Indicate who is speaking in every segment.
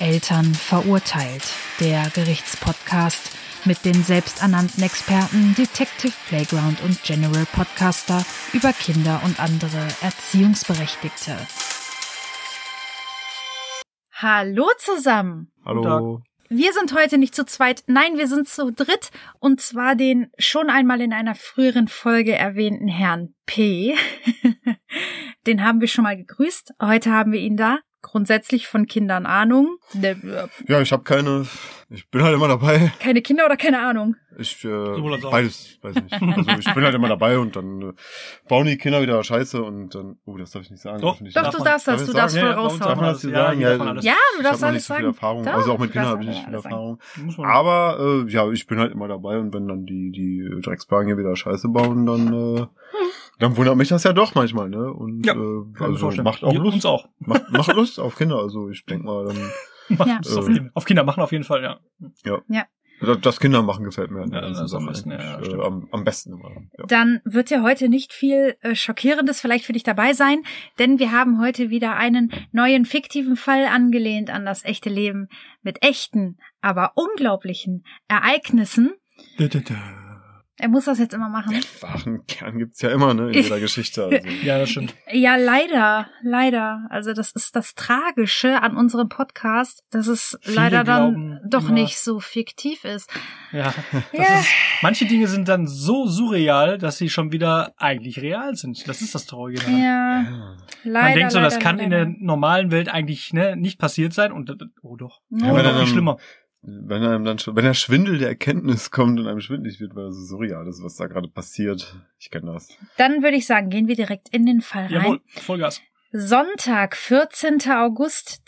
Speaker 1: Eltern verurteilt. Der Gerichtspodcast mit den selbsternannten Experten Detective Playground und General Podcaster über Kinder und andere Erziehungsberechtigte. Hallo zusammen!
Speaker 2: Hallo.
Speaker 1: Wir sind heute nicht zu zweit, nein, wir sind zu dritt und zwar den schon einmal in einer früheren Folge erwähnten Herrn P. den haben wir schon mal gegrüßt. Heute haben wir ihn da. Grundsätzlich von Kindern Ahnung. Ne,
Speaker 2: Ja, ich habe keine. Ich bin halt immer dabei.
Speaker 1: Keine Kinder oder keine Ahnung.
Speaker 2: Ich äh,
Speaker 3: Sowohl als auch.
Speaker 2: beides, weiß nicht. Also ich bin halt immer dabei und dann äh, bauen die Kinder wieder Scheiße und dann. Oh, das darf ich nicht sagen.
Speaker 3: Doch,
Speaker 2: darf ich nicht
Speaker 1: Doch,
Speaker 3: Darf
Speaker 1: du
Speaker 2: sagen.
Speaker 3: man-
Speaker 1: darfst
Speaker 2: darf
Speaker 1: das,
Speaker 2: ich
Speaker 1: du
Speaker 2: sagen?
Speaker 1: darfst
Speaker 3: Ja,
Speaker 1: voll
Speaker 3: ja, bei uns
Speaker 2: darf man
Speaker 1: raushauen.
Speaker 2: das hier
Speaker 3: Ja,
Speaker 2: sagen?
Speaker 3: die
Speaker 2: Ja,
Speaker 3: darf man alles.
Speaker 1: Ja, du
Speaker 2: ich
Speaker 1: darfst
Speaker 2: hab noch
Speaker 1: alles
Speaker 2: nicht so viel
Speaker 1: sagen.
Speaker 2: Erfahrung.
Speaker 1: Doch,
Speaker 2: also auch
Speaker 1: du
Speaker 2: mit Kindern
Speaker 1: darfst
Speaker 2: habe ich nicht viel
Speaker 1: alles sagen.
Speaker 2: Erfahrung.
Speaker 3: Muss man-
Speaker 2: Aber äh, ja, ich bin halt immer dabei und wenn dann die die Dreckswagen hier wieder Scheiße bauen, dann äh, dann wundert mich das ja doch manchmal, ne? Und
Speaker 3: Ja,
Speaker 2: äh,
Speaker 3: kann ich mir
Speaker 2: also
Speaker 3: vorstellen.
Speaker 2: macht auch
Speaker 3: Wir-
Speaker 2: Lust,
Speaker 3: Uns auch.
Speaker 2: macht, macht Lust auf Kinder. Also ich denk mal, dann,
Speaker 1: Ja.
Speaker 2: äh,
Speaker 3: Das auf, jeden, auf Kinder machen auf jeden Fall, ja.
Speaker 2: das, das Kinder machen gefällt mir an der
Speaker 3: Ja,
Speaker 2: ganzen
Speaker 3: das am
Speaker 2: Sache
Speaker 3: besten, ja,
Speaker 2: eigentlich,
Speaker 3: stimmt.
Speaker 2: äh, am, am besten immer. Ja.
Speaker 1: Dann wird ja heute nicht viel äh, Schockierendes vielleicht für dich dabei sein, denn wir haben heute wieder einen neuen fiktiven Fall angelehnt an das echte Leben mit echten, aber unglaublichen Ereignissen. Er muss das jetzt immer machen.
Speaker 2: wahren Kern gibt's ja immer, ne, in jeder Geschichte. Also.
Speaker 3: Ja, das stimmt.
Speaker 1: Ja, leider, leider. Also das ist das Tragische an unserem Podcast, dass es
Speaker 3: Viele
Speaker 1: leider dann
Speaker 3: glauben
Speaker 1: doch
Speaker 3: immer-
Speaker 1: nicht so fiktiv ist.
Speaker 3: Ja. Das
Speaker 1: Ja.
Speaker 3: Ist, manche Dinge sind dann so surreal, dass sie schon wieder eigentlich real sind. Das ist das Traurige. daran.
Speaker 1: Ja,
Speaker 2: Also,
Speaker 1: leider.
Speaker 3: Man denkt so, das
Speaker 1: leider,
Speaker 3: kann in
Speaker 1: leider.
Speaker 3: der normalen Welt eigentlich ne, nicht passiert sein. Und das- oh doch.
Speaker 1: Ja,
Speaker 3: oh,
Speaker 1: aber
Speaker 3: noch
Speaker 2: dann-
Speaker 3: viel schlimmer.
Speaker 2: Wenn einem dann schon, wenn der Schwindel der Erkenntnis kommt und einem schwindelig wird, weil das so surreal ist, was da gerade passiert. Ich kenne das.
Speaker 1: Dann würde ich sagen, gehen wir direkt in den Fall rein.
Speaker 3: Jawohl, Vollgas.
Speaker 1: Sonntag, 14. August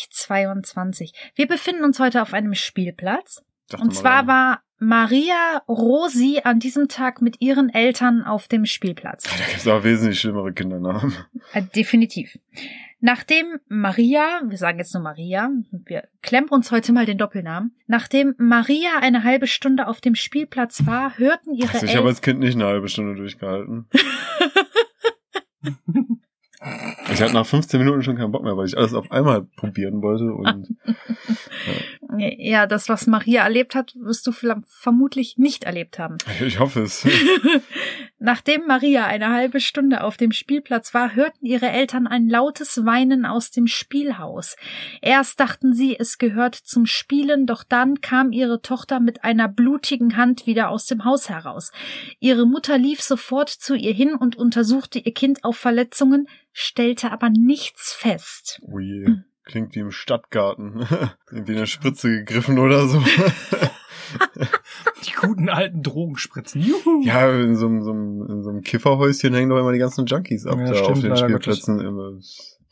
Speaker 1: 2022. Wir befinden uns heute auf einem Spielplatz.
Speaker 2: Dachte
Speaker 1: Und
Speaker 2: mal,
Speaker 1: zwar
Speaker 2: dann-
Speaker 1: war Maria Rosi an diesem Tag mit ihren Eltern auf dem Spielplatz.
Speaker 2: Da gibt's auch wesentlich schlimmere Kindernamen.
Speaker 1: Äh, definitiv. Nachdem Maria, wir sagen jetzt nur Maria, wir klemmen uns heute mal den Doppelnamen. Nachdem Maria eine halbe Stunde auf dem Spielplatz war, hörten ihre
Speaker 2: Also ich habe
Speaker 1: Eltern.
Speaker 2: als Kind nicht eine halbe Stunde durchgehalten. Ich hatte nach 15 Minuten schon keinen Bock mehr, weil ich alles auf einmal probieren wollte und
Speaker 1: Ja, das, was Maria erlebt hat, wirst du vielleicht- vermutlich nicht erlebt haben.
Speaker 2: ich hoffe es.
Speaker 1: Nachdem Maria eine halbe Stunde auf dem Spielplatz war, hörten ihre Eltern ein lautes Weinen aus dem Spielhaus. Erst dachten sie, es gehört zum Spielen, doch dann kam ihre Tochter mit einer blutigen Hand wieder aus dem Haus heraus. Ihre Mutter lief sofort zu ihr hin und untersuchte ihr Kind auf Verletzungen, stellte aber nichts fest.
Speaker 2: Oh je. Klingt wie im Stadtgarten. Irgendwie in der Spritze gegriffen oder so.
Speaker 3: Die guten alten Drogenspritzen. Juhu.
Speaker 2: Ja, in so, einem- so, einem- in so einem Kifferhäuschen hängen doch immer die ganzen Junkies ab
Speaker 3: Ja,
Speaker 2: da
Speaker 3: stimmt,
Speaker 2: auf den
Speaker 3: leider
Speaker 2: Spielplätzen. Immer.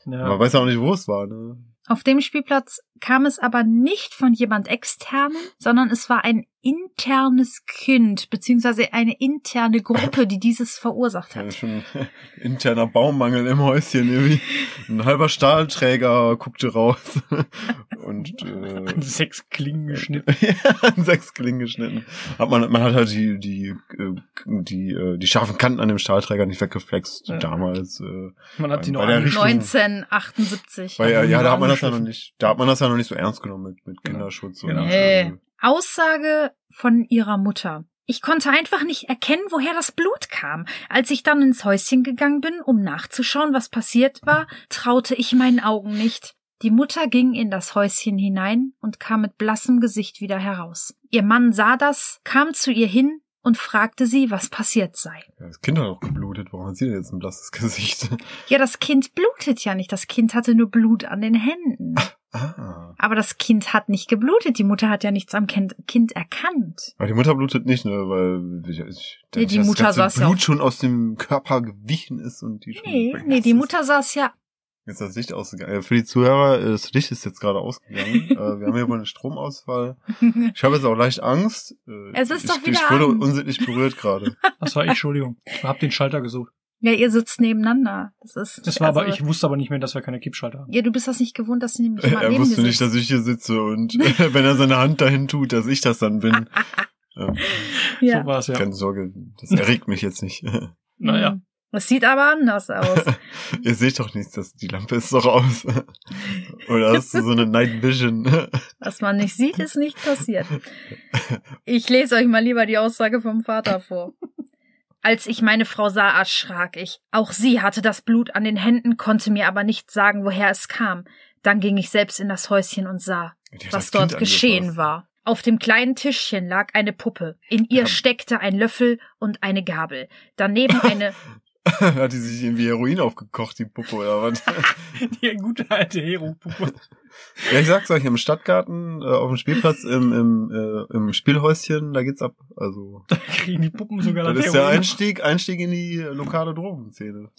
Speaker 2: Man weiß auch nicht, wo es war. Ne?
Speaker 1: Auf dem Spielplatz kam es aber nicht von jemand externen, sondern es war ein internes Kind, beziehungsweise eine interne Gruppe, die dieses verursacht
Speaker 2: Ja,
Speaker 1: hat.
Speaker 2: schon interner Baumangel im Häuschen irgendwie. Ein halber Stahlträger guckte raus und äh,
Speaker 3: An Sechs Klingen geschnitten.
Speaker 2: ja, in sechs Klingen geschnitten. Hat man, man hat halt die die äh, die äh, die scharfen Kanten an dem Stahlträger nicht weggeflext
Speaker 3: Ja.
Speaker 2: damals. Äh,
Speaker 3: Man hat die
Speaker 2: Bei
Speaker 3: noch
Speaker 2: der
Speaker 3: angeschoben.
Speaker 1: 1978.
Speaker 2: Weil ja,
Speaker 3: die
Speaker 2: ja,
Speaker 3: nur
Speaker 2: da hat man das ja noch
Speaker 3: angeschliffen.
Speaker 2: nicht, da hat man das ja noch nicht so ernst genommen mit, mit
Speaker 3: Genau.
Speaker 2: Kinderschutz
Speaker 3: Genau.
Speaker 2: und
Speaker 1: Nee.
Speaker 2: äh,
Speaker 1: Aussage von ihrer Mutter. Ich konnte einfach nicht erkennen, woher das Blut kam. Als ich dann ins Häuschen gegangen bin, um nachzuschauen, was passiert war, traute ich meinen Augen nicht. Die Mutter ging in das Häuschen hinein und kam mit blassem Gesicht wieder heraus. Ihr Mann sah das, kam zu ihr hin und fragte sie, was passiert sei.
Speaker 2: ja, das Kind hat auch geblutet. Warum hat sie denn jetzt ein blasses Gesicht?
Speaker 1: Ja, das Kind blutet ja nicht. Das Kind hatte nur Blut an den Händen.
Speaker 2: ah.
Speaker 1: Aber das Kind hat nicht geblutet. Die Mutter hat ja nichts am Kind, kind erkannt.
Speaker 2: Aber die Mutter blutet nicht, ne? Weil ich, ich,
Speaker 1: Nee,
Speaker 2: ich-
Speaker 1: die
Speaker 2: das
Speaker 1: Mutter
Speaker 2: ganze
Speaker 1: saß ja
Speaker 2: Blut
Speaker 1: auf-
Speaker 2: schon aus dem Körper gewichen ist und die schon.
Speaker 1: Nee,
Speaker 2: Das
Speaker 1: nee, die
Speaker 2: ist-
Speaker 1: Mutter saß ja.
Speaker 2: Jetzt ist das Licht ausgegangen. Äh, Für die Zuhörer, äh, das Licht ist jetzt gerade ausgegangen. äh, wir haben hier wohl einen Stromausfall. Ich habe jetzt auch leicht Angst. Äh,
Speaker 1: Es ist
Speaker 2: ich,
Speaker 1: doch wieder
Speaker 2: Ich wurde
Speaker 1: Abend.
Speaker 2: unsittlich berührt gerade.
Speaker 3: Das war ich, Entschuldigung. Ich hab den Schalter gesucht.
Speaker 1: Ja, ihr sitzt nebeneinander. Das ist.
Speaker 3: Das war aber,
Speaker 1: also-
Speaker 3: ich wusste aber nicht mehr, dass wir keine Kippschalter haben.
Speaker 1: Ja, du bist das nicht gewohnt, dass du nämlich immer
Speaker 2: Äh, er
Speaker 1: neben
Speaker 2: wusste
Speaker 1: dir
Speaker 2: nicht,
Speaker 1: sitzt.
Speaker 2: dass ich hier sitze und wenn er seine Hand dahin tut, dass ich das dann bin. Ähm,
Speaker 1: ja.
Speaker 3: So war es ja.
Speaker 2: Genau. Keine Sorge, das erregt mich jetzt nicht.
Speaker 3: Naja.
Speaker 1: Mhm. Es sieht aber anders aus.
Speaker 2: Ihr seht doch nichts, das, die Lampe ist doch aus. Oder hast du so eine Night Vision?
Speaker 1: Was man nicht sieht, ist nicht passiert. Ich lese euch mal lieber die Aussage vom Vater vor. Als ich meine Frau sah, erschrak ich. Auch sie hatte das Blut an den Händen, konnte mir aber nicht sagen, woher es kam. Dann ging ich selbst in das Häuschen und sah,
Speaker 2: Die hat
Speaker 1: was
Speaker 2: das Kind
Speaker 1: dort geschehen
Speaker 2: angefasst.
Speaker 1: war. Auf dem kleinen Tischchen lag eine Puppe. In ihr
Speaker 2: Ja.
Speaker 1: steckte ein Löffel und eine Gabel. Daneben eine
Speaker 2: Hat die sich irgendwie Heroin aufgekocht, die Puppe oder was?
Speaker 3: Die gute alte Hero-Puppe.
Speaker 2: ja, ich sag's euch, im Stadtgarten, äh, auf dem Spielplatz, im, im, äh, im Spielhäuschen, da geht's ab. Also,
Speaker 3: Da kriegen die Puppen sogar
Speaker 2: das
Speaker 3: das
Speaker 2: ist der
Speaker 3: Heroin.
Speaker 2: Einstieg, Einstieg in die lokale Drogenszene.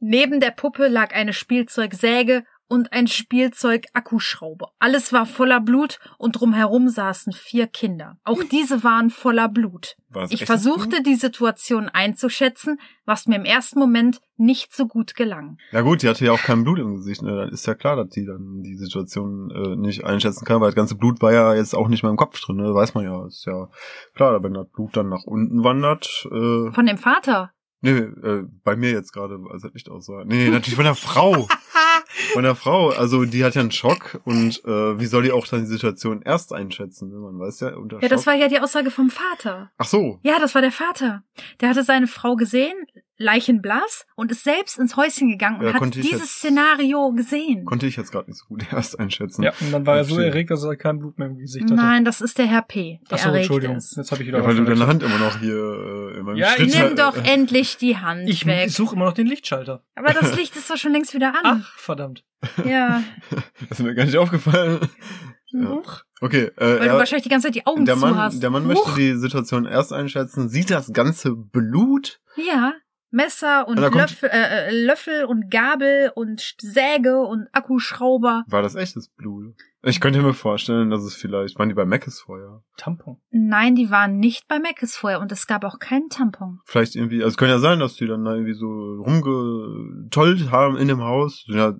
Speaker 1: Neben der Puppe lag eine Spielzeugsäge und ein Spielzeug-Akkuschrauber. Alles war voller Blut und drumherum saßen vier Kinder. Auch diese waren voller Blut.
Speaker 2: War es
Speaker 1: Ich
Speaker 2: echtes
Speaker 1: versuchte
Speaker 2: Blut?
Speaker 1: die Situation einzuschätzen, was mir im ersten Moment nicht so gut gelang.
Speaker 2: Na gut, die hatte ja auch kein Blut im Gesicht, ne? Dann ist ja klar, dass die dann die Situation äh, nicht einschätzen kann, weil das ganze Blut war ja jetzt auch nicht mehr im Kopf drin, ne? Weiß man ja. Ist ja klar, wenn das Blut dann nach unten wandert, äh,
Speaker 1: Von dem Vater.
Speaker 2: Nee, äh, bei mir jetzt gerade, also nicht auch so. Nee, natürlich von der Frau. Von der Frau. Also die hat ja einen Schock und äh, wie soll die auch dann die Situation erst einschätzen? ne? Man weiß ja unter
Speaker 1: Ja, das war
Speaker 2: Schock-
Speaker 1: ja die Aussage vom Vater.
Speaker 2: Ach so.
Speaker 1: Ja, das war der Vater. Der hatte seine Frau gesehen, leichenblass, und ist selbst ins Häuschen gegangen und
Speaker 2: Ja,
Speaker 1: hat
Speaker 2: konnte ich
Speaker 1: dieses
Speaker 2: jetzt-
Speaker 1: Szenario gesehen.
Speaker 2: Konnte ich jetzt gerade nicht so gut erst einschätzen.
Speaker 3: Ja, und dann war er so
Speaker 2: Verstehe.
Speaker 3: erregt, dass er kein Blut mehr im Gesicht hatte.
Speaker 1: Nein, das ist der Herr P., der
Speaker 3: Achso,
Speaker 1: erregt
Speaker 3: Entschuldigung.
Speaker 1: ist.
Speaker 3: Jetzt habe ich wieder
Speaker 2: Ja, weil du
Speaker 3: was
Speaker 2: deine
Speaker 3: verwechselt.
Speaker 2: Hand immer noch hier äh, in meinem
Speaker 3: Ja,
Speaker 2: Schritt.
Speaker 1: Nimm doch
Speaker 2: äh,
Speaker 1: endlich die Hand
Speaker 3: Ich,
Speaker 1: weg. Ah.
Speaker 3: ich suche immer noch den Lichtschalter.
Speaker 1: Aber das Licht ist doch schon längst wieder an.
Speaker 3: Ach, verdammt.
Speaker 1: Ja.
Speaker 2: Das ist mir gar nicht aufgefallen. Ja.
Speaker 1: Huch.
Speaker 2: Okay, äh,
Speaker 1: Weil
Speaker 2: er-
Speaker 1: du wahrscheinlich die ganze Zeit die Augen
Speaker 2: der
Speaker 1: zu
Speaker 2: Mann,
Speaker 1: hast.
Speaker 2: der Mann
Speaker 1: Huch.
Speaker 2: möchte die Situation erst einschätzen, sieht das ganze Blut
Speaker 1: Ja. Messer und
Speaker 2: Und da kommt-
Speaker 1: Löffel, äh, äh, Löffel und Gabel und Säge und Akkuschrauber.
Speaker 2: War das echtes Blut? Ich könnte mir vorstellen, dass es vielleicht. Waren die bei Meckes vorher?
Speaker 3: Tampon.
Speaker 1: Nein, die waren nicht bei Meckes vorher und es gab auch keinen Tampon.
Speaker 2: Vielleicht irgendwie. Also es kann ja sein, dass die dann da irgendwie so rumgetollt haben in dem Haus. Sind ja, also,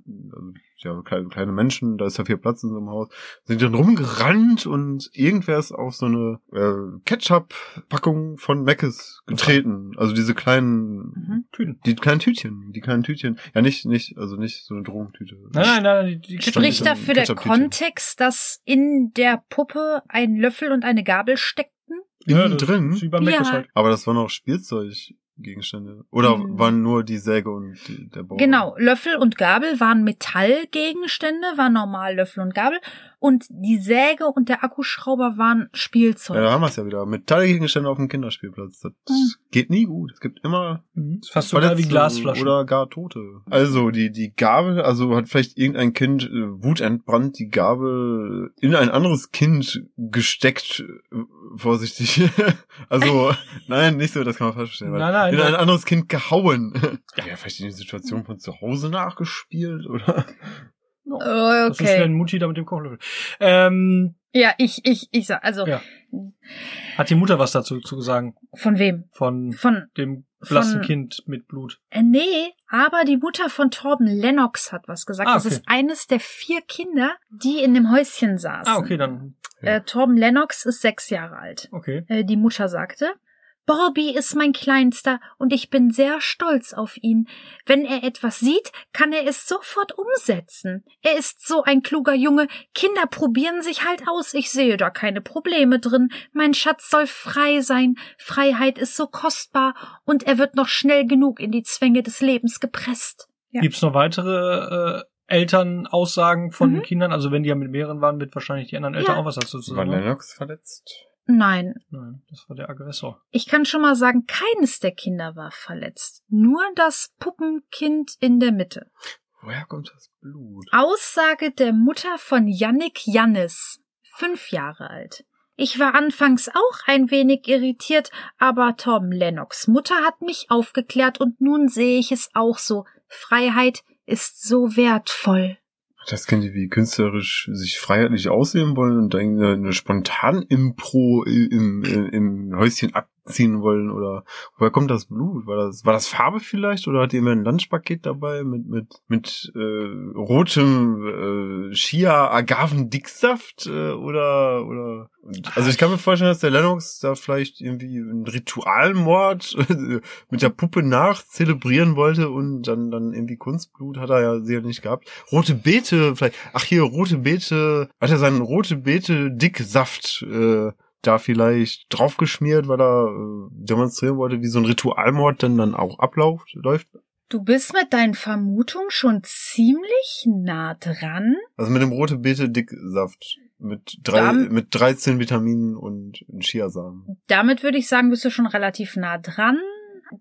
Speaker 2: ja kleine, kleine Menschen, da ist ja viel Platz in so einem Haus. Sind dann rumgerannt und irgendwer ist auf so eine äh, Ketchup-Packung von Meckes getreten. Also diese kleinen.
Speaker 1: Mhm.
Speaker 3: Tüten.
Speaker 2: Die kleinen Tütchen, die kleinen Tütchen. Ja, nicht, nicht, also nicht so eine Drogentüte.
Speaker 3: Nein, nein, nein, die, die
Speaker 2: Stimmt,
Speaker 1: Spricht
Speaker 2: so ein
Speaker 1: dafür der
Speaker 2: Ketchup-Tütchen.
Speaker 1: Kontext, dass in der Puppe ein Löffel und eine Gabel steckten?
Speaker 2: Innen drin.
Speaker 3: Ist wie bei Meckes
Speaker 1: Ja.
Speaker 3: halt.
Speaker 2: Aber das waren auch Spielzeuggegenstände. Oder
Speaker 1: Mhm.
Speaker 2: waren nur die Säge und die, der
Speaker 3: Oh.
Speaker 2: Bohrer?
Speaker 1: Genau, Löffel und Gabel waren Metallgegenstände, waren normal Löffel und Gabel. Und die Säge und der Akkuschrauber waren Spielzeug.
Speaker 2: Ja, da haben wir es ja wieder. Metallgegenstände auf dem Kinderspielplatz. Das
Speaker 1: Mhm.
Speaker 2: geht nie gut. Es gibt immer
Speaker 3: Mhm. Ist fast so geil wie
Speaker 2: Verletzte
Speaker 3: Glasflaschen.
Speaker 2: oder gar Tote. Also die die Gabel, also hat vielleicht irgendein Kind äh, wutentbrannt die Gabel in ein anderes Kind gesteckt, äh, vorsichtig. also nein, nicht so, das kann man falsch verstehen.
Speaker 3: Nein, nein,
Speaker 2: in
Speaker 3: nein.
Speaker 2: ein anderes Kind gehauen. ja, ja, vielleicht in die Situation von zu Hause nachgespielt oder
Speaker 3: Ja.
Speaker 1: Äh,
Speaker 3: Das ist wie ein
Speaker 1: Okay.
Speaker 3: Mutti da mit dem Kochlöffel. Ähm,
Speaker 1: Ja, ich, ich, ich sag, also
Speaker 3: Ja. hat die Mutter was dazu zu sagen?
Speaker 1: von wem?
Speaker 3: Von
Speaker 1: Von,
Speaker 3: dem blassen
Speaker 1: Von-
Speaker 3: Kind mit Blut.
Speaker 1: äh, nee, aber die Mutter von Torben Lennox hat was gesagt.
Speaker 3: Ah,
Speaker 1: Das
Speaker 3: okay.
Speaker 1: ist eines der vier Kinder, die in dem Häuschen saßen.
Speaker 3: Ah, okay, dann.
Speaker 1: Äh, Torben Lennox ist sechs Jahre alt.
Speaker 3: Okay.
Speaker 1: Äh, Die Mutter sagte, Bobby ist mein Kleinster und ich bin sehr stolz auf ihn. Wenn er etwas sieht, kann er es sofort umsetzen. Er ist so ein kluger Junge. Kinder probieren sich halt aus. Ich sehe da keine Probleme drin. Mein Schatz soll frei sein. Freiheit ist so kostbar und er wird noch schnell genug in die Zwänge des Lebens gepresst. Ja.
Speaker 3: Gibt's noch weitere äh, Elternaussagen von
Speaker 1: Mhm.
Speaker 3: Kindern? Also wenn die ja mit mehreren waren, wird wahrscheinlich die anderen Eltern auch was dazu zu
Speaker 2: war
Speaker 3: sagen. haben.
Speaker 2: Lennox verletzt?
Speaker 1: Nein,
Speaker 3: Nein, das war der Aggressor.
Speaker 1: Ich kann schon mal sagen, keines der Kinder war verletzt. Nur das Puppenkind in der Mitte.
Speaker 2: Woher kommt das Blut?
Speaker 1: Aussage der Mutter von Yannick Jannis, fünf Jahre alt. Ich war anfangs auch ein wenig irritiert, aber Tom Lennox Mutter hat mich aufgeklärt und nun sehe ich es auch so. Freiheit ist so wertvoll.
Speaker 2: Das können die wie künstlerisch sich freiheitlich aussehen wollen und dann eine, eine spontan Impro im, im, im Häuschen ab, ziehen wollen oder woher kommt das Blut? War das, war das Farbe vielleicht oder hat jemand ein Lunchpaket dabei mit, mit, mit äh, rotem äh, Chia-Agavendicksaft äh, oder, oder also ich kann mir vorstellen, dass der Lennox da vielleicht irgendwie einen Ritualmord äh, mit der Puppe nach zelebrieren wollte und dann, dann irgendwie Kunstblut hat er ja sicher nicht gehabt. Rote Beete, vielleicht, ach hier, rote Beete, hat er seinen rote Beete Dicksaft, äh, da vielleicht draufgeschmiert, weil er äh, demonstrieren wollte, wie so ein Ritualmord dann dann auch abläuft, läuft.
Speaker 1: Du bist mit deinen Vermutungen schon ziemlich nah dran.
Speaker 2: Also mit dem rote Beete Dicksaft. Mit, drei,
Speaker 1: Dann-
Speaker 2: mit 13 Vitaminen und Chiasamen.
Speaker 1: Damit würde ich sagen, bist du schon relativ nah dran.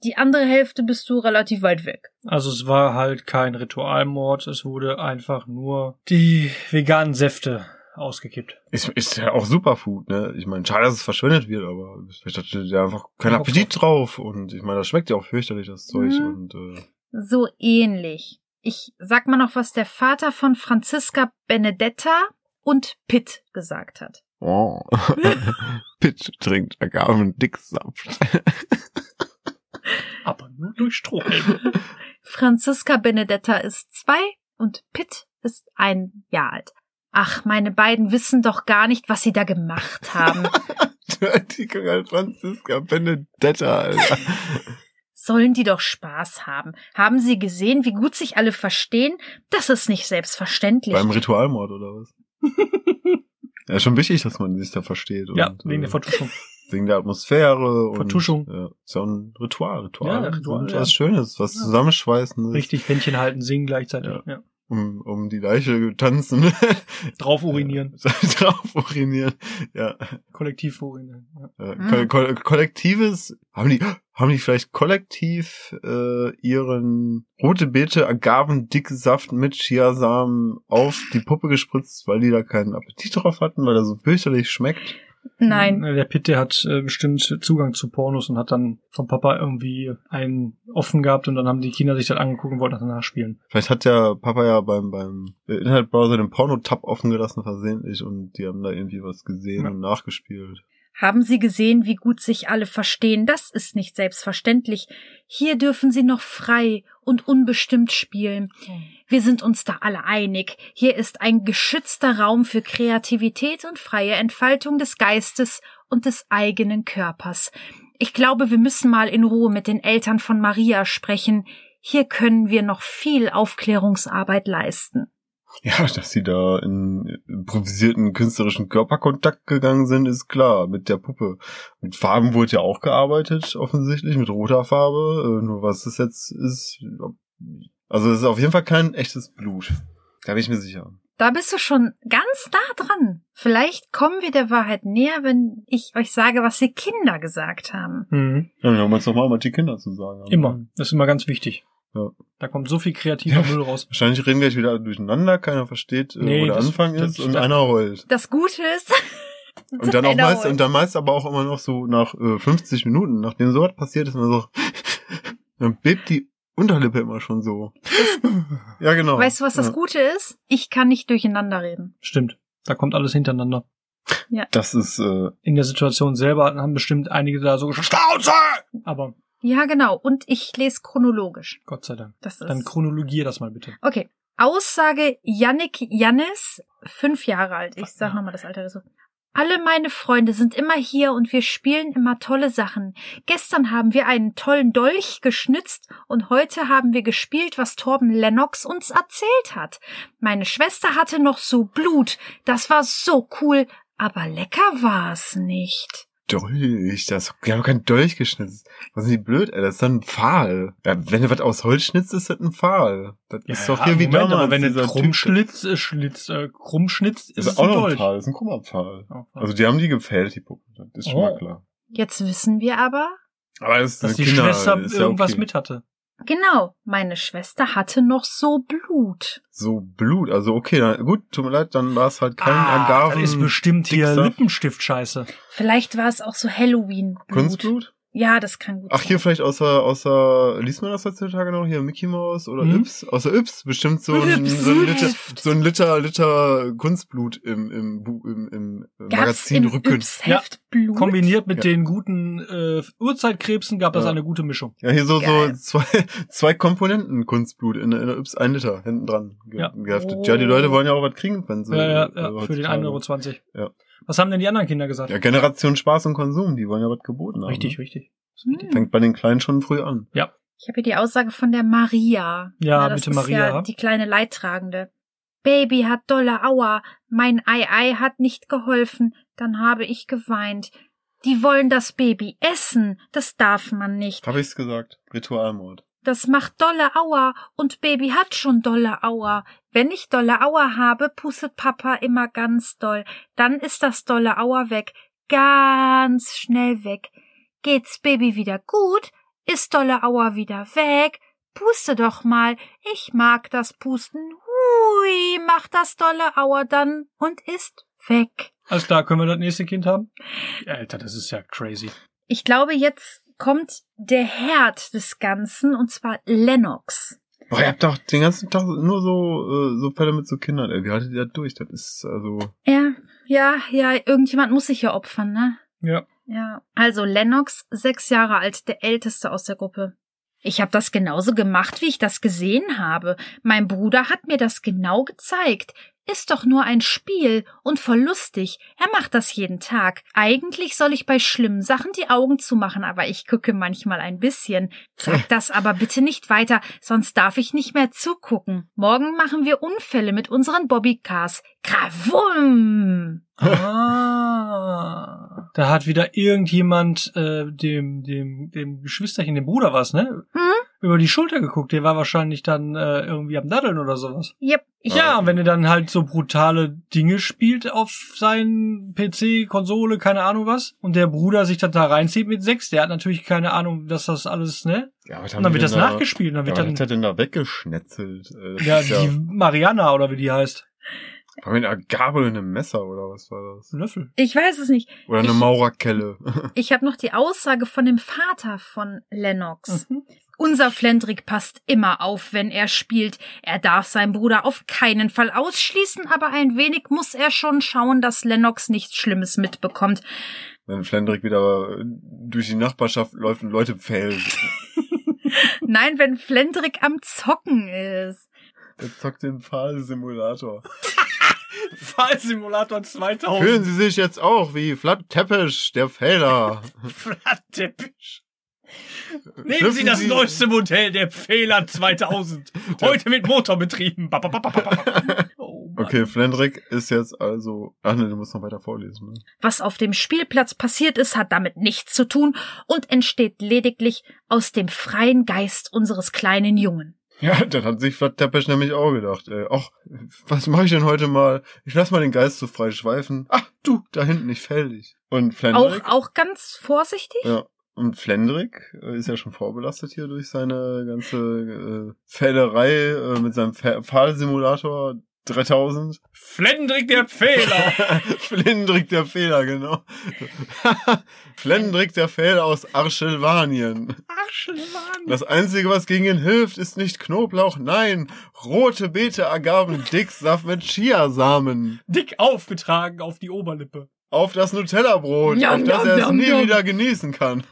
Speaker 1: Die andere Hälfte bist du relativ weit weg.
Speaker 3: Also es war halt kein Ritualmord, es wurde einfach nur die veganen Säfte ausgekippt.
Speaker 2: Ist, ist ja auch Superfood, ne? Ich meine, schade, dass es verschwendet wird, aber vielleicht hatte der einfach keinen
Speaker 3: Ja,
Speaker 2: Appetit drauf. Und ich meine, das schmeckt ja auch fürchterlich, das Zeug.
Speaker 1: Mhm.
Speaker 2: Und äh,
Speaker 1: So ähnlich. Ich sag mal noch, was der Vater von Franziska Benedetta und Pitt gesagt hat.
Speaker 2: oh. Pitt trinkt Agavendicksaft.
Speaker 3: Aber nur durch Stroh.
Speaker 1: Franziska Benedetta ist zwei und Pitt ist ein Jahr alt. Ach, meine beiden wissen doch gar nicht, was sie da gemacht haben.
Speaker 2: Die Karl Franziska Benedetta, Alter.
Speaker 1: Sollen die doch Spaß haben. Haben sie gesehen, wie gut sich alle verstehen? Das ist nicht selbstverständlich.
Speaker 2: Beim Ritualmord oder was? ja, schon wichtig, dass man sich da versteht.
Speaker 3: ja,
Speaker 2: und,
Speaker 3: wegen der
Speaker 2: äh,
Speaker 3: Vertuschung.
Speaker 2: wegen der Atmosphäre.
Speaker 3: Vertuschung.
Speaker 2: Und, ja, ist ja ein Ritual. Ritual.
Speaker 3: Ja, Ritual,
Speaker 2: und
Speaker 3: ja.
Speaker 2: was Schönes, was
Speaker 3: Ja.
Speaker 2: Zusammenschweißendes.
Speaker 3: Richtig, Händchen halten, singen gleichzeitig.
Speaker 2: Ja.
Speaker 3: Ja.
Speaker 2: Um, um die Leiche tanzen.
Speaker 3: Drauf urinieren,
Speaker 2: Drauf urinieren. Ja.
Speaker 3: kollektiv urinieren. Ja.
Speaker 2: Äh,
Speaker 1: Mhm.
Speaker 2: Ko ko kollektives, haben die, haben die vielleicht kollektiv äh, ihren rote Beete Agavendicksaft mit Chiasamen auf die Puppe gespritzt, weil die da keinen Appetit drauf hatten, weil er so fürchterlich schmeckt.
Speaker 1: Nein,
Speaker 3: Der Pitt, der hat äh, bestimmt Zugang zu Pornos und hat dann vom Papa irgendwie einen offen gehabt und dann haben die Kinder sich das angeguckt und wollten das nachspielen.
Speaker 2: Vielleicht hat der Papa ja beim beim Internetbrowser den Porno-Tab offen gelassen versehentlich und die haben da irgendwie was gesehen
Speaker 3: Ja.
Speaker 2: und nachgespielt.
Speaker 1: haben sie gesehen, wie gut sich alle verstehen? Das ist nicht selbstverständlich. Hier dürfen sie noch frei und unbestimmt spielen. Wir sind uns da alle einig. Hier ist ein geschützter Raum für Kreativität und freie Entfaltung des Geistes und des eigenen Körpers. Ich glaube, wir müssen mal in Ruhe mit den Eltern von Maria sprechen. Hier können wir noch viel Aufklärungsarbeit leisten.
Speaker 2: Ja, dass sie da in improvisierten künstlerischen Körperkontakt gegangen sind, ist klar. Mit der Puppe. Mit Farben wurde ja auch gearbeitet, offensichtlich, mit roter Farbe. Äh, Nur was das jetzt ist. ob- Also es ist auf jeden Fall kein echtes Blut. Da bin ich mir sicher.
Speaker 1: Da bist du schon ganz nah dran. Vielleicht kommen wir der Wahrheit näher, wenn ich euch sage, was die Kinder gesagt haben.
Speaker 3: Mhm.
Speaker 2: Ja, wir haben jetzt nochmal mal die Kinder zu sagen. haben.
Speaker 3: Immer. Das ist immer ganz wichtig.
Speaker 2: Ja.
Speaker 3: Da kommt so viel kreativer
Speaker 2: Ja.
Speaker 3: Müll raus.
Speaker 2: Wahrscheinlich reden gleich wieder alle durcheinander, keiner versteht, äh,
Speaker 3: Nee,
Speaker 2: wo der
Speaker 3: das-
Speaker 2: Anfang
Speaker 3: das-
Speaker 2: ist und
Speaker 3: das-
Speaker 2: einer heult.
Speaker 1: Das Gute ist.
Speaker 2: Und dann auch
Speaker 1: Einer
Speaker 2: meist,
Speaker 1: holt.
Speaker 2: und dann meist aber auch immer noch so nach äh, 50 Minuten, nachdem sowas passiert ist, man so, dann bebt die Unterlippe immer schon so. ja, genau.
Speaker 1: Weißt du, was das
Speaker 2: ja.
Speaker 1: Gute ist? Ich kann nicht durcheinander reden.
Speaker 3: Stimmt. Da kommt alles hintereinander.
Speaker 2: Das ist, äh,
Speaker 3: In der Situation selber haben bestimmt einige da so geschafft.
Speaker 2: Schnauze!
Speaker 3: Aber
Speaker 1: Ja, genau. Und ich lese chronologisch.
Speaker 3: Gott sei Dank.
Speaker 1: Das ist.
Speaker 3: Dann chronologier das mal bitte.
Speaker 1: Okay. Aussage Yannick Jannis, fünf Jahre alt. Ich sag nochmal das Alter so. Alle meine Freunde sind immer hier und wir spielen immer tolle Sachen. Gestern haben wir einen tollen Dolch geschnitzt und heute haben wir gespielt, was Torben Lennox uns erzählt hat. Meine Schwester hatte noch so Blut. Das war so cool, aber lecker war es nicht.
Speaker 2: Dolch, das, die haben kein Dolch geschnitzt. Was sind die blöd, ey, das ist dann ein Pfahl. Ja, wenn du was aus Holz schnitzt, ist das ein Pfahl. Das ist doch hier wie
Speaker 3: Moment,
Speaker 2: damals.
Speaker 3: aber wenn du
Speaker 2: dieser Typ-
Speaker 3: Krummschlitz, äh, Schlitz, äh, Krummschnitz, ist
Speaker 2: Das
Speaker 3: es
Speaker 2: ist auch
Speaker 3: ein
Speaker 2: noch ein
Speaker 3: Dolch.
Speaker 2: Pfahl, das ist ein Kummerpfahl.
Speaker 3: Oh,
Speaker 2: Also die haben die gefällt, die Puppen. Das ist schon
Speaker 3: Oh.
Speaker 2: mal klar.
Speaker 1: Jetzt wissen wir aber,
Speaker 2: Aber das ist
Speaker 3: dass
Speaker 2: eine
Speaker 3: die
Speaker 2: äh, Kinder,
Speaker 3: Schwester
Speaker 2: ist ja
Speaker 3: irgendwas
Speaker 2: okay.
Speaker 3: mit hatte.
Speaker 1: genau, meine Schwester hatte noch so Blut.
Speaker 2: So Blut, also okay, na, gut, tut mir leid, dann war es halt kein
Speaker 3: ah, das
Speaker 2: Agaven.
Speaker 3: ist bestimmt hier
Speaker 2: Dicksaft.
Speaker 3: Lippenstift-Scheiße.
Speaker 1: Vielleicht war es auch so Halloween.
Speaker 2: Kunstblut?
Speaker 1: Ja, das kann gut
Speaker 2: Ach, hier vielleicht außer, außer, liest man das heutzutage noch? Hier Mickey Mouse oder
Speaker 3: Mhm.
Speaker 2: Yps? Außer Yps, bestimmt so ein,
Speaker 1: Yps.
Speaker 2: so ein Liter, so ein Liter, Liter Kunstblut im, im, Bu- im, im
Speaker 1: Gab's
Speaker 2: Magazin
Speaker 1: im
Speaker 2: Rücken.
Speaker 1: Yps-Heft Blut?
Speaker 3: Kombiniert mit
Speaker 2: Ja.
Speaker 3: den guten äh, Urzeitkrebsen gab das
Speaker 2: Ja.
Speaker 3: eine gute Mischung.
Speaker 2: Ja, hier so, so
Speaker 1: Geil.
Speaker 2: zwei, zwei Komponenten Kunstblut in, in der Yps, ein Liter hinten dran ge
Speaker 3: Ja.
Speaker 2: geheftet.
Speaker 1: Oh.
Speaker 2: Ja, die Leute wollen ja auch was kriegen, wenn sie.
Speaker 3: Ja, ja,
Speaker 2: äh,
Speaker 3: ja, für den
Speaker 2: heutzutage-
Speaker 3: 1,20 Euro.
Speaker 2: Ja.
Speaker 3: Was haben denn die anderen Kinder gesagt?
Speaker 2: Ja, Generation Spaß und Konsum, die wollen ja was geboten haben.
Speaker 3: richtig,
Speaker 2: ne?
Speaker 3: richtig.
Speaker 1: Hm.
Speaker 2: Fängt bei den Kleinen schon früh an.
Speaker 1: Ich habe hier die Aussage von der Maria.
Speaker 3: Ja,
Speaker 1: das
Speaker 3: bitte
Speaker 1: ist
Speaker 3: Maria.
Speaker 1: Ja die kleine Leidtragende. Baby hat dolle Aua, mein Ei Ei hat nicht geholfen, dann habe ich geweint. Die wollen das Baby essen, das darf man nicht.
Speaker 2: Hab ich's gesagt? Ritualmord.
Speaker 1: Das macht dolle Aua und Baby hat schon dolle Aua. Wenn ich dolle Aua habe, pustet Papa immer ganz doll. Dann ist das dolle Aua weg. Ganz schnell weg. Geht's Baby wieder gut? Ist dolle Aua wieder weg? Puste doch mal. Ich mag das Pusten. Hui, macht das dolle Aua dann und ist weg.
Speaker 3: Alles klar, können wir das nächste Kind haben? Alter, das ist ja crazy.
Speaker 1: Ich glaube, jetzt kommt der Herd des Ganzen und zwar Lennox.
Speaker 2: Boah, ihr habt doch den ganzen Tag nur so, äh, so Fälle mit so Kindern, ey. Wie haltet ihr das durch? Das ist, also,
Speaker 1: Ja, ja, ja, irgendjemand muss sich ja opfern, ne?
Speaker 3: Ja.
Speaker 1: Ja. Also Lennox, sechs Jahre alt, der älteste aus der Gruppe. Ich habe das genauso gemacht, wie ich das gesehen habe. Mein Bruder hat mir das genau gezeigt. Ist doch nur ein Spiel und voll lustig. Er macht das jeden Tag. Eigentlich soll ich bei schlimmen Sachen die Augen zumachen, aber ich gucke manchmal ein bisschen. Sag das aber bitte nicht weiter, sonst darf ich nicht mehr zugucken. Morgen machen wir Unfälle mit unseren Bobbycars. Krawum!
Speaker 3: Ah. Da hat wieder irgendjemand äh, dem, dem, dem Geschwisterchen, dem Bruder was, ne?
Speaker 1: Mhm.
Speaker 3: Über die Schulter geguckt. Der war wahrscheinlich dann äh, irgendwie am Daddeln oder sowas.
Speaker 1: Yep. Ich,
Speaker 3: Ja, und wenn er dann halt so brutale Dinge spielt auf seinen PC, Konsole, keine Ahnung was, und der Bruder sich dann da reinzieht mit sechs, der hat natürlich keine Ahnung, dass das alles, ne?
Speaker 2: ja, was
Speaker 3: Und dann
Speaker 2: die
Speaker 3: wird das
Speaker 2: denn da-
Speaker 3: nachgespielt, und dann
Speaker 2: Ja,
Speaker 3: wird
Speaker 2: was hat er
Speaker 3: dann,
Speaker 2: denn da weggeschnetzelt? Äh, das
Speaker 3: ja,
Speaker 2: ist ja,
Speaker 3: die Mariana oder wie die heißt,
Speaker 2: War mit einer Gabel und einem Messer oder was war das?
Speaker 3: Löffel.
Speaker 1: ich weiß es nicht.
Speaker 2: Oder eine
Speaker 1: Ich-
Speaker 2: Maurerkelle.
Speaker 1: Ich habe noch die Aussage von dem Vater von Lennox.
Speaker 3: Mhm.
Speaker 1: Unser Flendrick passt immer auf, wenn er spielt. Er darf seinen Bruder auf keinen Fall ausschließen, aber ein wenig muss er schon schauen, dass Lennox nichts Schlimmes mitbekommt.
Speaker 2: Wenn Flendrick wieder durch die Nachbarschaft läuft und Leute pfählt.
Speaker 1: Nein, wenn Flendrick am Zocken ist.
Speaker 2: Er zockt den Pfahlsimulator.
Speaker 3: Fallsimulator 2000.
Speaker 2: Fühlen Sie sich jetzt auch wie Vlad Tepesch, der Fehler.
Speaker 3: Flatteppich.
Speaker 2: Äh, Schlüpfen Sie-
Speaker 3: Modell, der Fehler 2000. Heute mit Motor betrieben. Ba, ba, ba, ba, ba, ba. Oh Mann.
Speaker 2: Okay, Flendrick ist jetzt also... Ach ne, du musst noch weiter vorlesen. Ne?
Speaker 1: Was auf dem Spielplatz passiert ist, hat damit nichts zu tun und entsteht lediglich aus dem freien Geist unseres kleinen Jungen.
Speaker 2: Ja, dann hat sich Vlad Tepesch nämlich auch gedacht. Äh, ach, was mache ich denn heute mal? Ich lass mal den Geist so frei schweifen. Ach, du, da hinten, ich fäll dich. Und
Speaker 1: Auch,
Speaker 2: Flendrick...
Speaker 1: auch ganz vorsichtig?
Speaker 2: Ja. Und Flendrick äh, ist ja schon vorbelastet hier durch seine ganze äh, Fällerei äh, mit seinem Fa- Fahrsimulator 3000.
Speaker 3: Flendrick der Fehler.
Speaker 2: Flendrick der Fehler, genau. Flendrick der Fehler aus Arschelwanien.
Speaker 3: Arschelmann.
Speaker 2: Das Einzige, was gegen ihn hilft, ist nicht Knoblauch, nein, rote Beete ergaben Dicksaft mit Chiasamen.
Speaker 3: Dick aufgetragen auf die Oberlippe.
Speaker 2: Auf das Nutella-Brot,
Speaker 1: Yum,
Speaker 2: auf das
Speaker 1: yum,
Speaker 2: er es
Speaker 1: yum,
Speaker 2: nie
Speaker 1: yum.
Speaker 2: wieder genießen kann.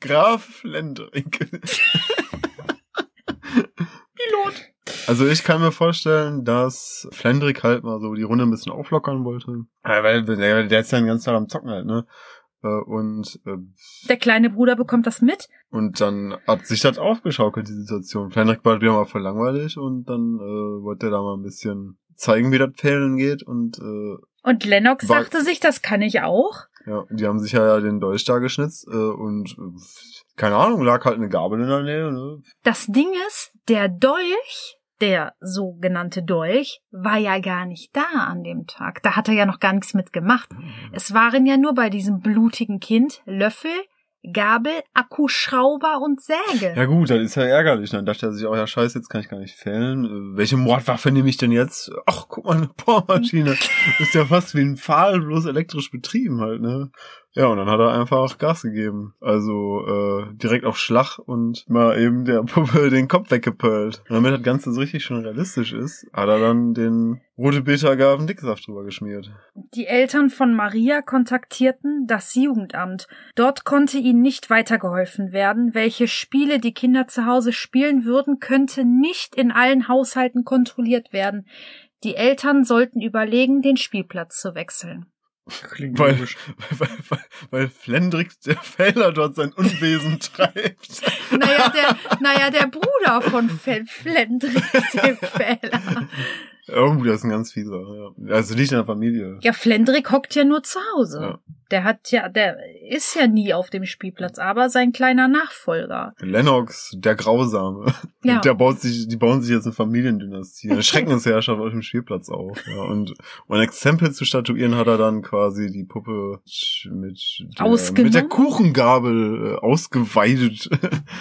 Speaker 2: Graf Flendrick.
Speaker 3: Pilot.
Speaker 2: Also ich kann mir vorstellen, dass Flendrick halt mal so die Runde ein bisschen auflockern wollte. Ja, Weil der, der ist ja den ganzen Tag am Zocken halt, ne? Äh, Und, äh,
Speaker 1: Der kleine Bruder bekommt das mit.
Speaker 2: und dann hat sich das aufgeschaukelt, die Situation. Flendrick war wieder mal voll langweilig und dann äh, wollte er da mal ein bisschen zeigen, wie das Fällen geht. Und äh,
Speaker 1: Und Lennox
Speaker 2: Wa-
Speaker 1: sagte sich, das kann ich auch.
Speaker 2: ja, die haben sich ja den Dolch da geschnitzt äh, und äh, keine Ahnung, lag halt eine Gabel in der Nähe, ne?
Speaker 1: Das Ding ist, der Dolch, der sogenannte Dolch, war ja gar nicht da an dem Tag. Da hat er ja noch gar nichts mitgemacht. Es waren ja nur bei diesem blutigen Kind Löffel, Gabel, Akkuschrauber und Säge.
Speaker 2: Ja gut, das ist ja ärgerlich. Dann dachte er sich auch, ja scheiße, jetzt kann ich gar nicht fällen. Äh, Welche Mordwaffe nehme ich denn jetzt? Ach, guck mal, eine Bohrmaschine. ist ja fast wie ein Pfahl, bloß elektrisch betrieben halt, ne? Ja, und dann hat er einfach Gas gegeben. Also äh, direkt auf Schlag und mal eben der Puppe den Kopf weggepölt. Und damit das Ganze so richtig schon realistisch ist, hat er dann den rote Beta-Gaben Dicksaft drüber geschmiert.
Speaker 1: Die Eltern von Maria kontaktierten das Jugendamt. Dort konnte ihnen nicht weitergeholfen werden. Welche Spiele die Kinder zu Hause spielen würden, könnte nicht in allen Haushalten kontrolliert werden. Die Eltern sollten überlegen, den Spielplatz zu wechseln.
Speaker 3: Klingt
Speaker 2: Weil,
Speaker 3: logisch.
Speaker 2: weil, weil, weil Flendrick der Fehler dort sein Unwesen treibt.
Speaker 1: Naja, der, naja, der Bruder von Fel- Flendrich, der Fehler.
Speaker 2: Oh, das ist ein ganz fieser. Ja. Also liegt in der Familie.
Speaker 1: Ja, Flendrick hockt ja nur zu Hause.
Speaker 2: Ja.
Speaker 1: Der hat ja, der ist ja nie auf dem Spielplatz, aber sein kleiner Nachfolger.
Speaker 2: Lennox, der Grausame.
Speaker 1: Ja.
Speaker 2: Der baut sich, die bauen sich jetzt eine Familiendynastie, eine Schreckensherrschaft auf dem Spielplatz auf. Ja, und um ein Exempel zu statuieren, hat er dann quasi die Puppe mit der,
Speaker 1: Ausgenommen?
Speaker 2: mit der Kuchengabel äh, ausgeweidet.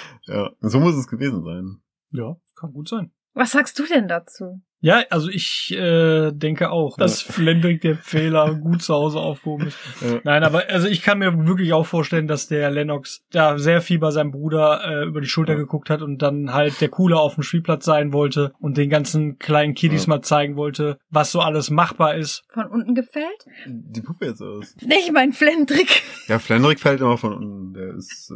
Speaker 2: ja, so muss es gewesen sein.
Speaker 3: Ja, kann gut sein.
Speaker 1: Was sagst du denn dazu?
Speaker 3: Ja, also ich äh, denke auch, dass Flendrick der Fehler gut zu Hause aufgehoben ist.
Speaker 2: Ja.
Speaker 3: Nein, aber also ich kann mir wirklich auch vorstellen, dass der Lennox da sehr viel bei seinem Bruder äh, über die Schulter
Speaker 2: Ja.
Speaker 3: geguckt hat und dann halt der Coole auf dem Spielplatz sein wollte und den ganzen kleinen Kiddies
Speaker 2: Ja.
Speaker 3: mal zeigen wollte, was so alles machbar ist.
Speaker 1: Von unten gefällt?
Speaker 2: Die Puppe jetzt aus.
Speaker 1: Nee, ich mein Flendrick.
Speaker 2: Ja, Flendrick fällt immer von unten. Der ist,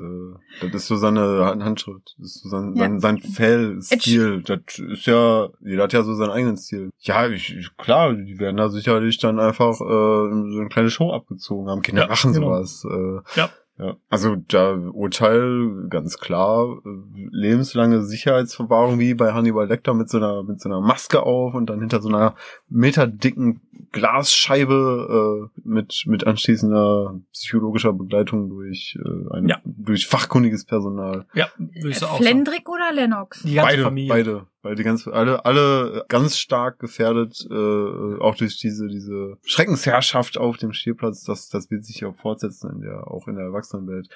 Speaker 2: äh, das ist so seine Han- Handschrift. Das ist so sein,
Speaker 1: Ja.
Speaker 2: sein, sein Fell-Stil. Das ist ja, jeder hat ja so seinen eigenen Stil. Ja, ich, ich, klar, die werden da sicherlich dann einfach äh, so eine kleine Show abgezogen haben. Kinder
Speaker 3: Ja,
Speaker 2: machen
Speaker 3: genau.
Speaker 2: sowas. Äh,
Speaker 3: Ja.
Speaker 2: Ja, also da Urteil ganz klar äh, lebenslange Sicherheitsverwahrung wie bei Hannibal Lecter mit so einer mit so einer Maske auf und dann hinter so einer meterdicken Glasscheibe äh, mit mit anschließender psychologischer Begleitung durch äh, ein
Speaker 3: Ja.
Speaker 2: durch fachkundiges Personal.
Speaker 3: Ja, würde
Speaker 1: Äh,
Speaker 3: ich so auch sagen.
Speaker 1: Flendrick oder Lennox?
Speaker 3: Die ganze
Speaker 2: beide,
Speaker 3: Familie.
Speaker 2: beide, beide ganz alle alle ganz stark gefährdet äh, auch durch diese diese Schreckensherrschaft auf dem Spielplatz, das das wird sich ja fortsetzen in der auch in der Erwachsenenwelt.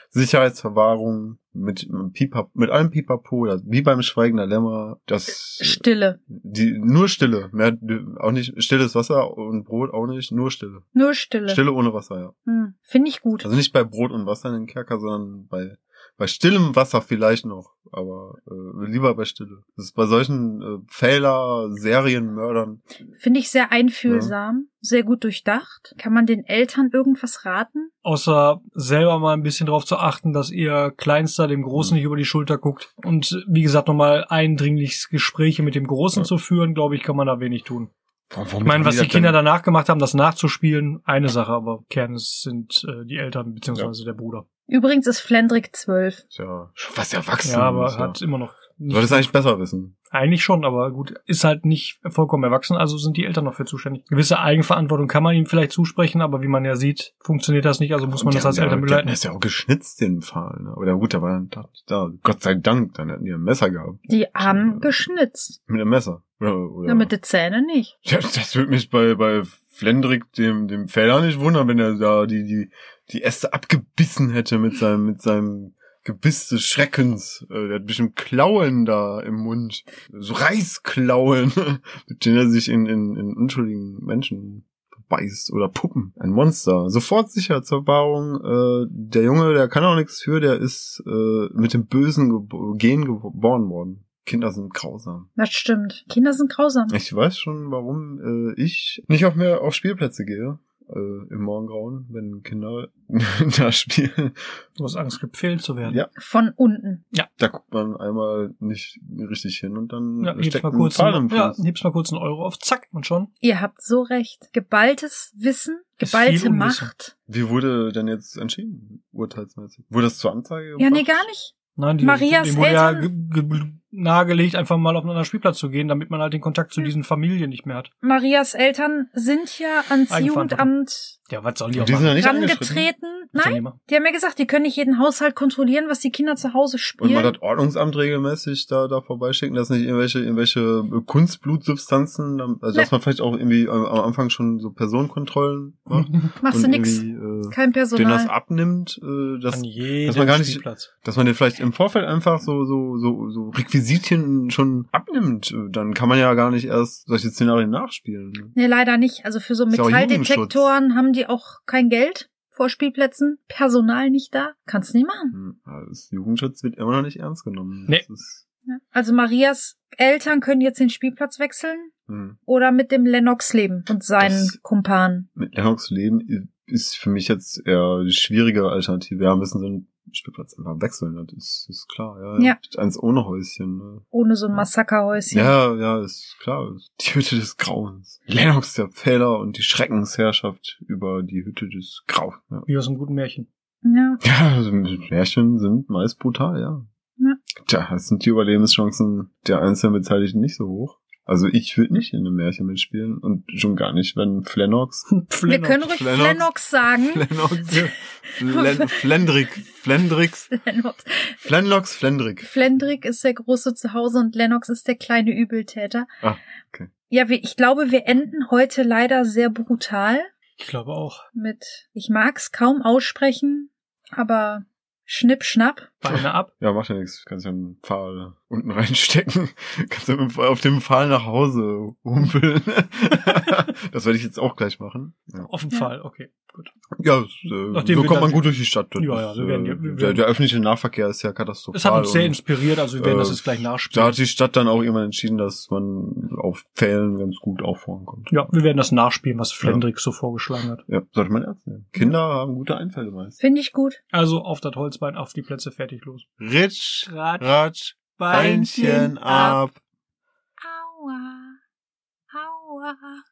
Speaker 2: Sicherheitsverwahrung mit mit, Pipa, mit allem Pipapo, das, wie beim Schweigen der Lämmer, das
Speaker 1: Stille.
Speaker 2: die nur Stille, mehr auch nicht stilles Wasser und Brot auch nicht, nur Stille.
Speaker 1: Nur Stille.
Speaker 2: Stille ohne Wasser, ja.
Speaker 1: Hm. Finde ich gut.
Speaker 2: Also nicht bei Brot und Wasser in den Kerker, sondern bei, bei stillem Wasser vielleicht noch, aber äh, lieber bei Stille. Das ist bei solchen äh, Fehler, Serienmördern.
Speaker 3: Also-
Speaker 1: Finde ich sehr einfühlsam, sehr gut durchdacht. Kann man den Eltern irgendwas raten?
Speaker 3: außer selber mal ein bisschen drauf zu achten, dass ihr Kleinster dem Großen
Speaker 2: Mhm.
Speaker 3: nicht über die Schulter guckt. Und wie gesagt, nochmal eindringliches Gespräche mit dem Großen
Speaker 2: Ja.
Speaker 3: zu führen, glaube ich, kann man da wenig tun.
Speaker 2: Warum
Speaker 3: Ich meine, was die Kinder danach gemacht haben, das nachzuspielen, eine Sache, aber Kern sind äh, die Eltern beziehungsweise der Bruder.
Speaker 1: Übrigens ist Flendrick zwölf.
Speaker 2: Tja, schon was erwachsen
Speaker 3: Ja, aber
Speaker 2: ist,
Speaker 3: hat
Speaker 2: ja.
Speaker 3: immer noch
Speaker 2: Du solltest
Speaker 3: nicht,
Speaker 2: eigentlich besser wissen.
Speaker 3: eigentlich schon, aber gut, ist halt nicht vollkommen erwachsen, also sind die Eltern dafür zuständig. Gewisse Eigenverantwortung kann man ihm vielleicht zusprechen, aber wie man ja sieht, funktioniert das nicht, also muss man
Speaker 2: Die
Speaker 3: das als
Speaker 2: haben ja,
Speaker 3: Eltern
Speaker 2: die hatten
Speaker 3: begleiten.
Speaker 2: Das ja auch geschnitzt, den Pfahl. Ne? Oder gut, da war dann da, da, Gott sei Dank, dann hätten die ein Messer gehabt.
Speaker 1: Die haben geschnitzt.
Speaker 2: Mit einem Messer. Oder, oder.
Speaker 1: Ja, mit den Zähnen nicht.
Speaker 2: Ja, das würde mich bei, bei Flendrick, dem, dem Fäller, nicht wundern, wenn er da die, die, die Äste abgebissen hätte mit seinem, mit seinem Gebiss des Schreckens. Äh, Der hat bestimmt Klauen da im Mund. So Reißklauen, mit denen er sich in, in, in unschuldigen Menschen beißt oder Puppen. Ein Monster. Sofort sicher zur Wahrung. Äh, der Junge, der kann auch nichts für, der ist äh, mit dem bösen Gebo- Gen geboren worden. Kinder sind grausam.
Speaker 1: Das stimmt. Kinder sind grausam.
Speaker 2: Ich weiß schon, warum äh, ich nicht auch mehr auf Spielplätze gehe. Äh, Im Morgengrauen, wenn Kinder da spielen.
Speaker 3: Du hast Angst, gepfählt zu werden.
Speaker 2: Ja.
Speaker 1: Von unten.
Speaker 2: Da guckt man einmal nicht richtig hin und dann
Speaker 3: Ja, hebst
Speaker 2: steckt
Speaker 3: mal,
Speaker 2: man
Speaker 3: kurz
Speaker 2: Pfahl im
Speaker 3: einen, ja,
Speaker 2: Fuß.
Speaker 3: hebst mal kurz einen Euro auf, zack, und schon.
Speaker 1: Ihr habt so recht. Geballtes Wissen,
Speaker 3: Ist viel
Speaker 1: geballte
Speaker 3: Unwissen.
Speaker 1: Macht.
Speaker 2: Wie wurde denn jetzt entschieden, urteilsmäßig? Wurde das zur Anzeige
Speaker 1: Ja, nee,
Speaker 2: gebracht?
Speaker 1: gar nicht.
Speaker 3: Nein, die,
Speaker 1: Marias
Speaker 3: dem wurde ja
Speaker 1: Eltern-
Speaker 3: ge- ge- nahegelegt, einfach mal auf einen anderen Spielplatz zu gehen, damit man halt den Kontakt zu
Speaker 1: Hm.
Speaker 3: diesen Familien nicht mehr hat.
Speaker 1: Marias Eltern sind ja ans
Speaker 3: Eigenverantwortung.
Speaker 1: Jugendamt
Speaker 3: Ja, was sollen die auch
Speaker 2: Die sind
Speaker 3: machen?
Speaker 2: ja nicht angeschritten.
Speaker 1: rangetreten.
Speaker 3: Was sollen
Speaker 1: Nein,
Speaker 3: die machen?
Speaker 1: die haben ja gesagt, die können nicht jeden Haushalt kontrollieren, was die Kinder zu Hause
Speaker 2: Und man
Speaker 1: spielen.
Speaker 2: das Ordnungsamt regelmäßig da, da vorbeischicken, dass nicht irgendwelche, irgendwelche Kunstblutsubstanzen, also dass man vielleicht auch irgendwie am am Anfang schon so Personenkontrollen macht.
Speaker 1: Machst du
Speaker 2: und
Speaker 1: nix.
Speaker 2: irgendwie, Äh,
Speaker 1: Kein
Speaker 2: den das
Speaker 1: Personal.
Speaker 2: abnimmt, äh, dass
Speaker 3: An jedem
Speaker 2: dass man gar nicht-
Speaker 3: Spielplatz.
Speaker 2: dass man den vielleicht im Vorfeld einfach so so so so Requisitien schon abnimmt, äh, dann kann man ja gar nicht erst solche Szenarien nachspielen.
Speaker 1: Nee, leider nicht. Also für so
Speaker 2: Ist ja auch
Speaker 1: Metalldetektoren haben die auch kein Geld. vor Spielplätzen, Personal nicht da, kannst nicht machen.
Speaker 2: Hm, aber Das Jugendschutz wird immer noch nicht ernst genommen.
Speaker 3: Nee.
Speaker 2: Das ist,
Speaker 1: Ja. Also Marias Eltern können jetzt den Spielplatz wechseln
Speaker 2: hm.
Speaker 1: oder mit dem Lennox leben und seinen
Speaker 2: Das-
Speaker 1: Kumpanen.
Speaker 2: Mit Lennox leben ist für mich jetzt eher die schwierigere Alternative. Ja, müssen sie den Spielplatz einfach wechseln, das ist, ist klar. Ja,
Speaker 1: Ja.
Speaker 2: Eins ohne Häuschen. Ne?
Speaker 1: Ohne so ein Massakerhäuschen.
Speaker 2: Ja, ja, ist klar. Die Hütte des Grauens. Lennox der Fehler und die Schreckensherrschaft über die Hütte des Grauens. Ja.
Speaker 3: Wie aus einem guten Märchen.
Speaker 1: Ja.
Speaker 2: Ja, also Märchen sind meist brutal, ja.
Speaker 1: Ja.
Speaker 2: Tja, sind die Überlebenschancen der einzelnen Beteiligten nicht so hoch. Also ich würde nicht in einem Märchen mitspielen und schon gar nicht, wenn Flennox.
Speaker 1: Wir können
Speaker 2: Lennox,
Speaker 1: ruhig
Speaker 2: Lennox.
Speaker 1: Lennox sagen.
Speaker 2: Flennox. Flen, Flendrick. Flendricks.
Speaker 1: Lennox.
Speaker 2: Flennox, Flendrick.
Speaker 1: Flendrick ist der große Zuhause und Lennox ist der kleine Übeltäter.
Speaker 2: Ah, okay.
Speaker 1: Ja, wir, ich glaube, wir enden heute leider sehr brutal
Speaker 3: Ich glaube auch.
Speaker 1: mit, ich mag's kaum aussprechen, aber schnipp, schnapp.
Speaker 3: Beine ab.
Speaker 2: Ja, macht ja nichts. Kannst ja einen Pfahl unten reinstecken. Kannst ja mit dem Pfahl- auf dem Pfahl nach Hause humpeln. das werde ich jetzt auch gleich machen. Ja,
Speaker 3: Auf dem
Speaker 1: Ja.
Speaker 3: Fall, okay. Gut.
Speaker 2: ja das, äh,
Speaker 3: Nachdem
Speaker 2: so
Speaker 3: wir
Speaker 2: kommt man
Speaker 3: dann-
Speaker 2: gut durch die Stadt. Das
Speaker 3: Ja, ja,
Speaker 2: ist,
Speaker 3: wir werden-
Speaker 2: äh,
Speaker 3: wir werden-
Speaker 2: der, der öffentliche Nahverkehr ist ja katastrophal.
Speaker 3: Es hat uns sehr
Speaker 2: und-
Speaker 3: inspiriert, also wir werden das
Speaker 2: Äh,
Speaker 3: jetzt gleich
Speaker 2: Da hat
Speaker 3: nachspielen.
Speaker 2: die Stadt dann auch irgendwann entschieden, dass man auf Pfählen ganz gut auch vorankommt.
Speaker 3: Ja, wir werden das nachspielen, was Flendrick so vorgeschlagen hat.
Speaker 2: Ja, sollte man ernst nehmen. Kinder haben gute Einfälle meist.
Speaker 1: Finde ich gut.
Speaker 3: Also auf das Holzbein, auf die Plätze, fertig, los.
Speaker 2: Ritsch,
Speaker 3: Ratsch,
Speaker 2: ratsch, Beinchen ab.
Speaker 1: Aua. Aua.